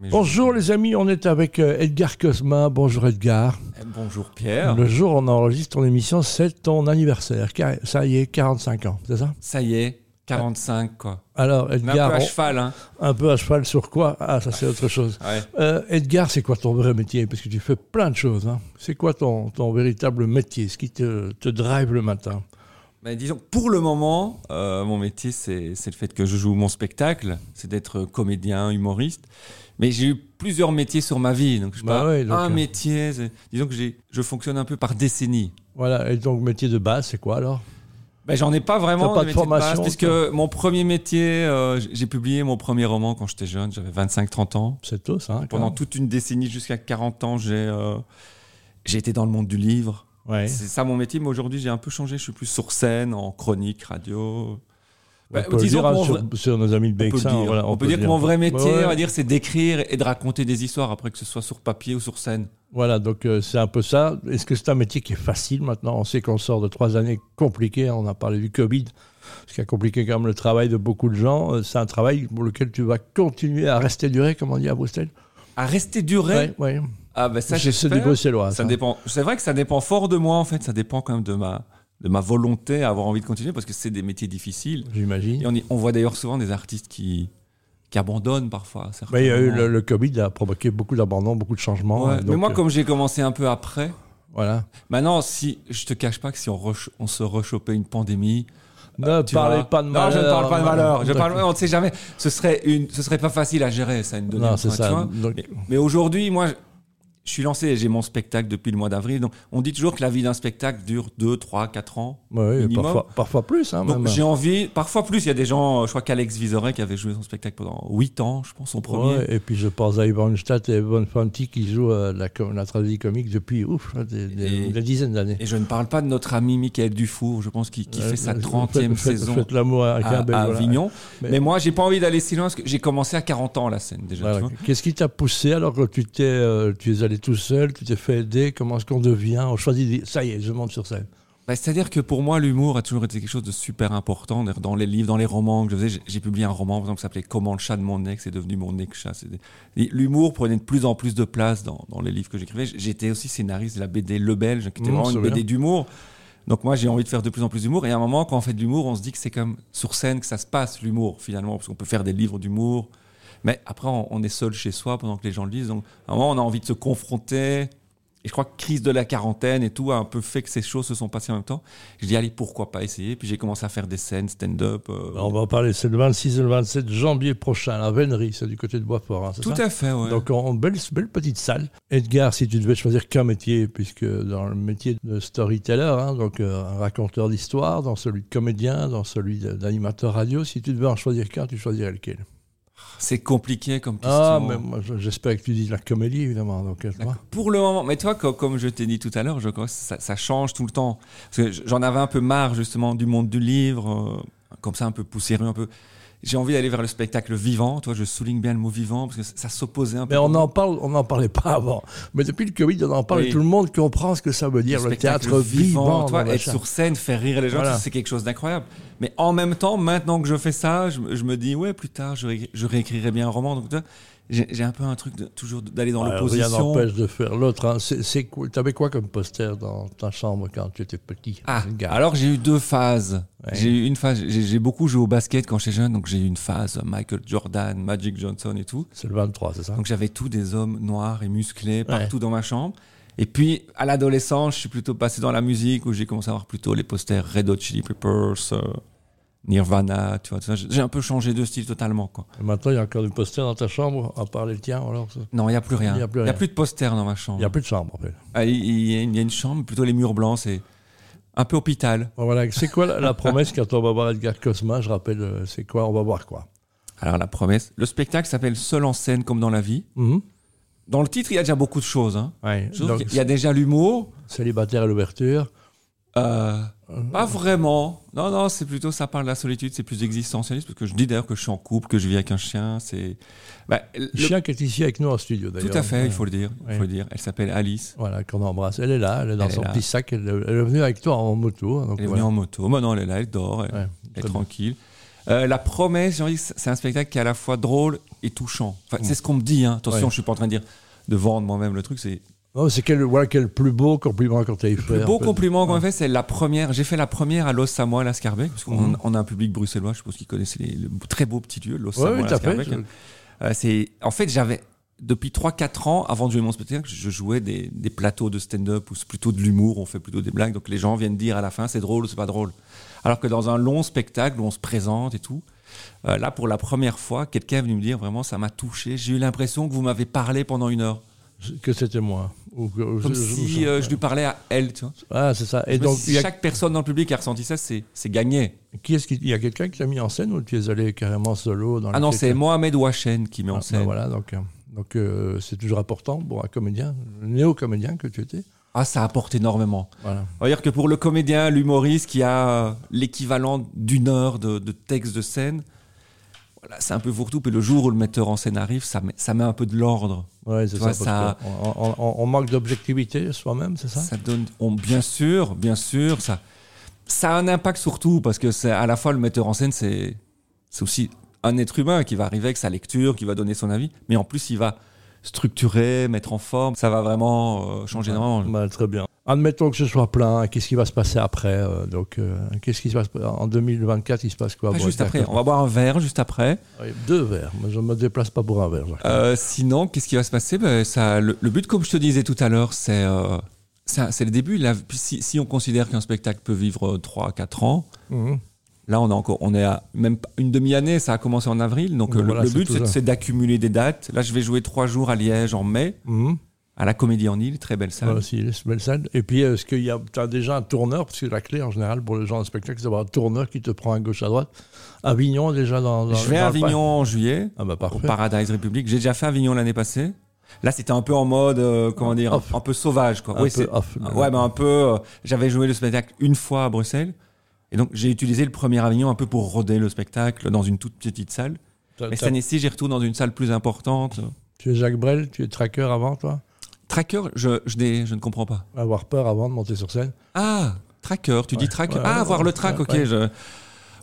Mais je- Bonjour les amis, on est avec euh, Edgar Cosma. Bonjour Edgar. Eh, Bonjour Pierre. Le jour où on enregistre ton émission, c'est ton anniversaire. Car- Ça y est, 45 ans, c'est ça Ça y est, 45 quoi. Alors On est un Edgar, peu à on- cheval, hein. un peu à cheval sur quoi Ah, ça c'est autre chose. Ouais. Euh, Edgar, c'est quoi ton vrai métier Parce que tu fais plein de choses. hein. C'est quoi ton, ton véritable métier Ce qui te, te drive le matin Ben, disons, pour le moment, euh, mon métier, c'est c'est le fait que je joue mon spectacle, c'est d'être comédien, humoriste. Mais j'ai eu plusieurs métiers sur ma vie, donc je Bah parle ouais, donc, un euh. métier. c'est- Disons que j'ai- je fonctionne un peu par décennie. Voilà, et donc métier de base, c'est quoi alors Ben, J'en ai pas vraiment T'as pas de métier formation, base, puisque toi. mon premier métier, euh, j'ai- j'ai publié mon premier roman quand j'étais jeune, j'avais 25-30 ans. C'est tout ça. hein, quand Pendant même. toute une décennie, jusqu'à 40 ans, j'ai euh, j'ai été dans le monde du livre. Ouais. C'est ça mon métier, mais aujourd'hui j'ai un peu changé. Je suis plus sur scène, en chronique, radio. Bah, on peut le disons dire, que hein, mon sur, vrai- sur nos amis de On peut, le Bexin. dire. voilà, On peut dire que mon vrai métier, Bah Ouais. on va dire, c'est d'écrire et de raconter des histoires, après que ce soit sur papier ou sur scène. Voilà, donc euh, c'est un peu ça. Est-ce que c'est un métier qui est facile maintenant On sait qu'on sort de trois années compliquées. On a parlé du Covid, ce qui a compliqué quand même le travail de beaucoup de gens. Euh, C'est un travail pour lequel tu vas continuer à rester duré, comme on dit à Bruxelles. À rester duré. ouais. Ah ben ça, C'est- c'est du j'espère. bruxellois. Ça Ça dépend. C'est vrai que ça dépend fort de moi en fait. Ça dépend quand même de ma de ma volonté à avoir envie de continuer parce que c'est des métiers difficiles. Et J'imagine. on, y- on voit d'ailleurs souvent des artistes qui qui abandonnent parfois. certains Mais Bah, il y a eu moments. le, le Covid a provoqué beaucoup d'abandon, beaucoup de changements. Ouais, hein, mais donc, moi, euh, comme j'ai commencé un peu après, voilà. maintenant, si je te cache pas que si on, recho- on se rechopait une pandémie, Ne Bah, tu parlez vois- pas de malheur. Non, je ne parle pas de malheur. Je D'accord. parle, on ne sait jamais. Ce serait une, ce serait pas facile à gérer, ça, une donnée. Non, c'est enfin, tu ça. vois. Donc, Mais, mais aujourd'hui, moi, je, je suis lancé. et J'ai mon spectacle depuis le mois d'avril. Donc, on dit toujours que la vie d'un spectacle dure 2, 3, 4 ans. ouais, minimum. parfois, parfois plus. hein, Donc, même. j'ai envie, parfois plus. Il y a des gens, euh, je crois qu'Alex Vizorek qui avait joué son spectacle pendant 8 ans, je pense, son premier. Ouais, et puis je pense à Yvonne Stadt et Yvonne Fanti qui jouent euh, la, com- la tragédie comique depuis ouf, hein, des, des- Et- des dizaines d'années. Et je ne parle pas de notre ami Michael Dufour, je pense, qui, qui Euh, fait sa faites- 30e faites- saison. Faites l'amour avec à, un bel, à voilà. Avignon. Mais- Mais, moi, j'ai pas envie d'aller si loin parce que j'ai commencé à 40 ans la scène déjà. Voilà. tu vois. Qu'est-ce qui t'a poussé alors que tu t'es, euh, tu es allé tout seul, tu t'es fait aider Comment est-ce qu'on devient On choisit, des- ça y est, je monte sur scène. Bah, C'est-à-dire que pour moi, l'humour a toujours été quelque chose de super important. D'ailleurs, Dans les livres, dans les romans que je faisais, j'ai- j'ai publié un roman par exemple, qui s'appelait Comment le chat de mon ex est devenu mon ex-chat. C'est des- Et L'humour prenait de plus en plus de place dans, dans les livres que j'écrivais. J- J'étais aussi scénariste de la BD Le Belge, qui était Mmh, vraiment c'est une bien. BD d'humour. Donc moi, j'ai envie de faire de plus en plus d'humour. Et à un moment, quand on fait de l'humour, on se dit que c'est comme sur scène que ça se passe, l'humour, finalement, parce qu'on peut faire des livres d'humour. Mais après, on, on est seul chez soi pendant que les gens le lisent. Donc, à un moment, on a envie de se confronter. Et je crois que crise de la quarantaine et tout a un peu fait que ces choses se sont passées en même temps. Je dis, allez, pourquoi pas essayer Puis j'ai commencé à faire des scènes, stand-up. euh, Alors, Bah, on va en parler, c'est le 26 et le 27 janvier prochain, à la Vénerie, c'est du côté de Boisfort. hein, c'est tout ça à fait, ouais. Donc, en belle, belle petite salle. Edgar, si tu devais choisir qu'un métier, puisque dans le métier de storyteller, hein, donc euh, un raconteur d'histoire, dans celui de comédien, dans celui de- d'animateur radio, si tu devais en choisir qu'un, tu choisirais lequel C'est compliqué comme question. Ah, mais moi, je- j'espère que tu dis la comédie, évidemment. Donc, euh, moi, Pour le moment, mais toi, co- comme je t'ai dit tout à l'heure, je crois que ça, ça change tout le temps. Parce que j- j'en avais un peu marre justement du monde du livre, euh, comme ça un peu poussiéreux, un peu. J'ai envie d'aller vers le spectacle vivant. Toi, je souligne bien le mot vivant parce que ça ça s'opposait un peu. mais on en parle, on n'en parlait pas avant. Mais depuis le Covid, on en parle Oui. et tout le monde comprend ce que ça veut dire, le, spectacle théâtre vivant. toi, dans la être chair. sur scène, faire rire les gens, Voilà. ça, c'est quelque chose d'incroyable. Mais en même temps, maintenant que je fais ça, je, me- je me dis ouais, plus tard, je, ré- je réécrirai bien un roman. Donc tu vois, j'ai j'ai un peu un truc de- toujours d'aller dans Alors, rien l'opposition. n'empêche de faire l'autre. Hein. C'est- c'est quoi- T'avais quoi comme poster dans ta chambre quand tu étais petit Ah, Edgar alors j'ai eu deux phases. Ouais. J'ai eu une phase, j'ai j'ai beaucoup joué au basket quand j'étais jeune, donc j'ai eu une phase euh, Michael Jordan, Magic Johnson et tout. C'est le 23, c'est ça Donc j'avais tous des hommes noirs et musclés partout dans ma chambre. Et puis à l'adolescence, je suis plutôt passé dans la musique où j'ai commencé à avoir plutôt les posters Red Hot Chili Peppers, euh, Nirvana, tu vois. tout ça. J'ai un peu changé de style totalement, quoi. Et maintenant, il y a encore des posters dans ta chambre, à part les tiens, alors ça- Non, il y a plus rien. Il y a plus Il y a rien. plus de posters dans ma Il chambre. n'y a plus de chambre, en fait. Ah, Il il y, a- il y a une chambre, plutôt les murs blancs, c'est un peu hôpital. Bon, voilà, c'est quoi la, la promesse quand on va voir Edgar Cosma Je rappelle, euh, c'est quoi On va voir quoi Alors la promesse. Le spectacle s'appelle Seul en scène comme dans la vie. Mhm. Dans le titre, il y a déjà beaucoup de choses. Hein. Ouais, Je trouve donc, qu'il y a déjà l'humour. Célibataire à l'ouverture. Euh, pas Mhm. vraiment. Non, non, c'est plutôt ça parle de la solitude, c'est plus existentialiste, parce que je dis d'ailleurs que je suis en couple, que je vis avec un chien. C'est bah, le- Le chien qui est ici avec nous en studio, Tout d'ailleurs. à fait, Voilà. il faut le dire. il Ouais. faut le dire. Elle s'appelle Alice. Voilà, qu'on embrasse. Elle est là, elle est dans Elle est son là. petit sac. Elle, elle est venue avec toi en moto. hein, donc Elle est voilà. venue en moto. Maintenant, elle est là, elle dort, elle, Ouais, elle est très bien. tranquille. Euh, la promesse, j'ai envie de dire, c'est un spectacle qui est à la fois drôle et touchant. Enfin, C'est ce qu'on me dit. hein. Attention, Ouais. je suis pas en train de dire de vendre moi-même le truc. C'est Oh, c'est quel, voilà quel plus beau compliment quand t'as eu fait. le beau un peu. compliment qu'on m'a fait. C'est la première. J'ai fait la première à Los Samoa, à Scarbeck, parce qu'on Mhm. on a un public bruxellois. Je pense qu'ils connaissent les, le très beau petit lieu, Los Ouais, Samoa, oui, à t'as fait. Scarbeck. Euh, c'est en fait j'avais depuis 3-4 ans avant de jouer mon spectacle je jouais des, des plateaux de stand-up où c'est plutôt de l'humour on fait plutôt des blagues donc les gens viennent dire à la fin c'est drôle ou c'est pas drôle alors que dans un long spectacle où on se présente et tout euh, là pour la première fois quelqu'un est venu me dire vraiment ça m'a touché j'ai eu l'impression que vous m'avez parlé pendant une heure Que c'était moi. Ou que- ou comme je- je- si je- euh, je lui parlais à elle tu vois Ah, c'est ça. Et Je me donc, suis dit, il y a, chaque personne dans le public qui a ressenti ça c'est c'est gagné qui est-ce qui- il y a quelqu'un qui t'a mis en scène ou tu es allé carrément solo dans ah le non truc c'est Mohamed Ouachen qui met Ah, en bah scène voilà, donc, euh, donc euh, c'est toujours important pour un comédien, néo-comédien que tu étais. ah ça apporte énormément Voilà. On va dire que pour le comédien, l'humoriste qui a euh, l'équivalent d'une heure de, de texte de scène, voilà, c'est un peu fourre-tout. Et le jour où le metteur en scène arrive, ça met, ça met un peu de l'ordre. Ouais, Tu c'est ça. vois, parce ça- que on, on- on- on manque d'objectivité soi-même, c'est ça Ça donne, on- bien sûr, bien sûr, ça, ça a un impact surtout parce que c'est à la fois le metteur en scène, c'est, c'est aussi un être humain qui va arriver avec sa lecture, qui va donner son avis, mais en plus il va structurer, mettre en forme. Ça va vraiment euh, changer énormément. Bah, très bien. Admettons que ce soit plein, qu'est-ce qui va se passer après euh, Donc, euh, qu'est-ce qui se passe en 2024 Il se passe quoi Pas Bon, Ah, juste d'accord. après, on va boire un verre juste après. Oui, Deux verres. Moi, je ne me déplace pas pour un verre. Jacques. Euh, sinon, qu'est-ce qui va se passer Ben, ça, le, le but, comme je te disais tout à l'heure, c'est euh, ça- c'est le début. Là, Puis si, si on considère qu'un spectacle peut vivre 3 à 4 ans, Mhm. là, on est, encore, on est à même pas une demi-année, ça a commencé en avril. Donc, euh, le- Voilà, le, c'est but, tout c'est- ça. c'est d'accumuler des dates. Là, je vais jouer 3 jours à Liège en mai, Mhm. à la Comédie en Île, très belle salle. Voilà, si, c'est une belle salle. Et puis, est-ce qu'il y a as déjà un tourneur Parce que la clé, en général, pour les gens de spectacle, c'est d'avoir un tourneur qui te prend à gauche, à droite. Avignon, déjà dans. dans- je vais à dans le Avignon en juillet, parc. Ah, bah, au parfait. Paradise République. J'ai déjà fait Avignon l'année passée. Là, c'était un peu en mode, euh, comment dire, un, Off. un peu sauvage. Quoi. Un Oui, peu c'est- off. Ah, Ouais, mais un peu. euh, J'avais joué le spectacle une fois à Bruxelles. Et donc, j'ai utilisé le premier Avignon un peu pour roder le spectacle dans une toute petite salle. T'as- Mais t'as- cette année-ci, j'y retourne dans une salle plus importante. Tu es Jacques Brel, tu es tracker avant, toi Tracker, je, je, n'ai- je ne comprends pas. Avoir peur avant de monter sur scène. Ah, Tracker, tu dis Ouais, Tracker. ouais, ah, ouais, voir ouais, le track, ouais, ok. ouais. je-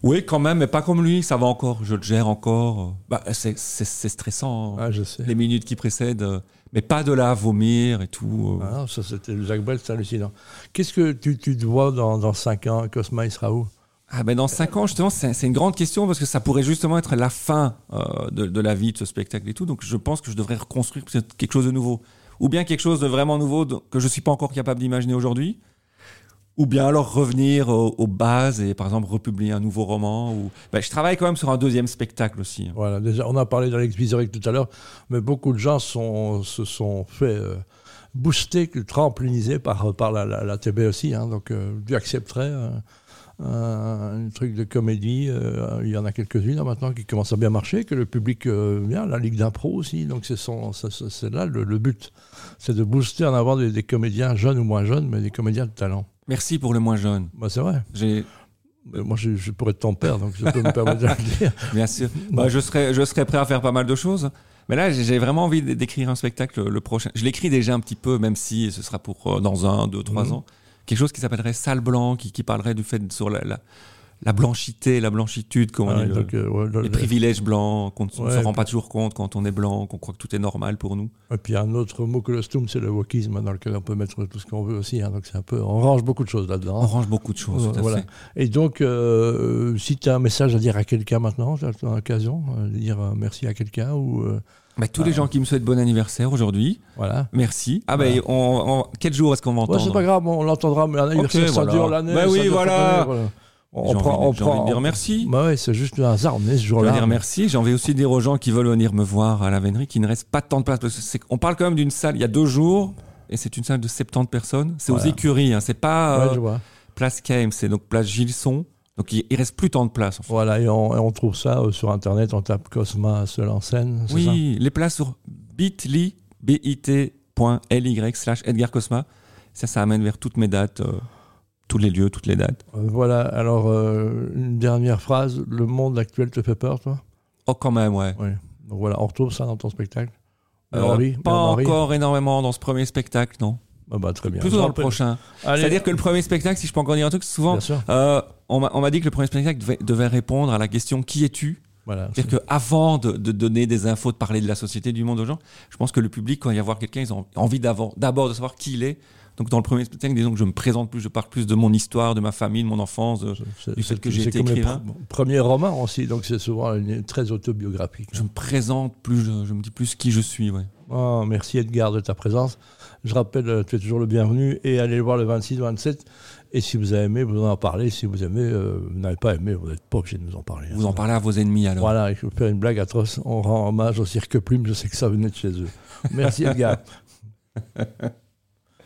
Oui, quand même, mais pas comme lui, ça va encore. Je le gère encore. Bah, c'est c'est- c'est stressant, hein, Ah, je sais. les minutes qui précèdent. euh, Mais pas de là à vomir et tout. euh. Ah, non, ça, c'était Jacques Brel, c'est hallucinant. Qu'est-ce que tu, tu te vois dans, dans 5 ans Cosma, il sera où Ah ben dans 5 ans, justement, c'est c'est une grande question parce que ça pourrait justement être la fin euh, de, de la vie de ce spectacle et tout. Donc je pense que je devrais reconstruire peut-être quelque chose de nouveau. Ou bien quelque chose de vraiment nouveau de- que je ne suis pas encore capable d'imaginer aujourd'hui. Ou bien alors revenir au- aux, bases et par exemple republier un nouveau roman. Ou... Ben, je travaille quand même sur un deuxième spectacle aussi. Voilà, déjà, on a parlé d'Alex Vizorek tout à l'heure, mais beaucoup de gens sont, se sont fait euh, booster, tramplinisés par, par la, la, la TB aussi. hein. donc, euh, tu accepterais euh, un, un truc de comédie euh, Il y en a quelques-unes là, maintenant qui commencent à bien marcher, que le public euh, vient, la Ligue d'impro aussi. Donc, c'est son- c'est- c'est c'est là le, le but c'est de booster en avant des, des comédiens jeunes ou moins jeunes, mais des comédiens de talent. Merci pour le moins jeune. Bah, c'est vrai. J'ai Mais moi, je, je pourrais être ton père, donc je peux me permettre de le dire. Bien sûr. Bah, je, serais, je serais prêt à faire pas mal de choses. Mais là, j'ai j'ai vraiment envie d- d'écrire un spectacle le prochain. Je l'écris déjà un petit peu, même si ce sera pour euh, dans un, deux, trois Mhm. ans. Quelque chose qui s'appellerait Sale Blanc, qui, qui parlerait du fait de- sur la, la, la blanchité, la blanchitude, comment on Ouais, dit, le- donc, euh, ouais, le- les le- privilèges blancs, qu'on ne se Ouais. rend pas toujours compte quand on est blanc, qu'on croit que tout est normal pour nous. Et puis un autre mot que le stoum, c'est le wokisme, dans lequel on peut mettre tout ce qu'on veut aussi. hein. donc c'est un peu, on range beaucoup de choses On là-dedans. hein. range beaucoup de choses. Oh, tout à Ah. Euh, Voilà. fait. Et donc, euh, si tu as un message à dire à quelqu'un maintenant, tu as l'occasion euh, de dire euh, merci à quelqu'un ou euh, Bah, tous les gens qui me souhaitent bon anniversaire aujourd'hui, voilà. merci. Ah ben, Voilà. on- on- quel jour est-ce qu'on va Ouais, entendre c'est pas grave, on l'entendra, mais un anniversaire, voilà. ça dure l'année. Bah ça oui, dure toute voilà. l'année, On J'ai prend, envie, on de- j'ai envie prend. de dire merci. Bah ouais, c'est juste le hasard, on est ce Je veux jour-là. dire merci. J'ai envie aussi de dire aux gens qui veulent venir me voir à la Vénerie qu'il ne reste pas tant de place. Parce que c'est- on parle quand même d'une salle, il y a deux jours, et c'est une salle de 70 personnes. C'est aux Voilà. écuries, hein, c'est pas Ouais, euh, je vois. place Kame, c'est donc place Gilson. Donc il, il reste plus tant de place. en fait. Voilà, et on, et on trouve ça euh, sur Internet, on tape Cosma seul en scène. c'est ça Oui, les places sur bit.ly, bit.ly slash Edgar Cosma. Ça, ça amène vers toutes mes dates, euh, tous les lieux, toutes les dates. Euh, Voilà, alors euh, une dernière phrase. Le monde actuel te fait peur, toi Oh, quand même, ouais. Donc voilà, on retrouve ça dans ton spectacle. Euh, Alors, oui, pas alors, oui. encore énormément dans ce premier spectacle, non. Ah bah, très bien. Plutôt dans le Après- prochain. Allez, C'est-à-dire que le premier spectacle, si je peux encore dire un truc, souvent, Bien sûr. Euh, on m'a on m'a dit que le premier spectacle devait, devait répondre à la question qui es-tu Voilà. C'est-à-dire qu'avant de, de donner des infos, de parler de la société, du monde aux gens, je pense que le public, quand il va voir quelqu'un, ils ont envie d'avant- d'abord de savoir qui il est. Donc dans le premier spectacle, disons que je me présente plus, je parle plus de mon histoire, de ma famille, de mon enfance. de- C'est du fait c'est- que j'ai c'est été comme les écrivain. pre- premiers romans aussi, donc c'est souvent une- très autobiographique. Je me présente plus, je, je me dis plus qui je suis. Ouais. Oh, merci Edgar de ta présence. Je rappelle, euh, tu es toujours le bienvenu et allez le voir le 26-27. Et si vous avez aimé, vous en parlez. Si vous aimez, euh, vous n'avez pas aimé, vous n'êtes pas obligé de nous en parler. hein. Vous en parlez à vos ennemis alors. Voilà, et je vais faire une blague atroce. On rend hommage au cirque Plume. Je sais que ça venait de chez eux. Merci Edgar.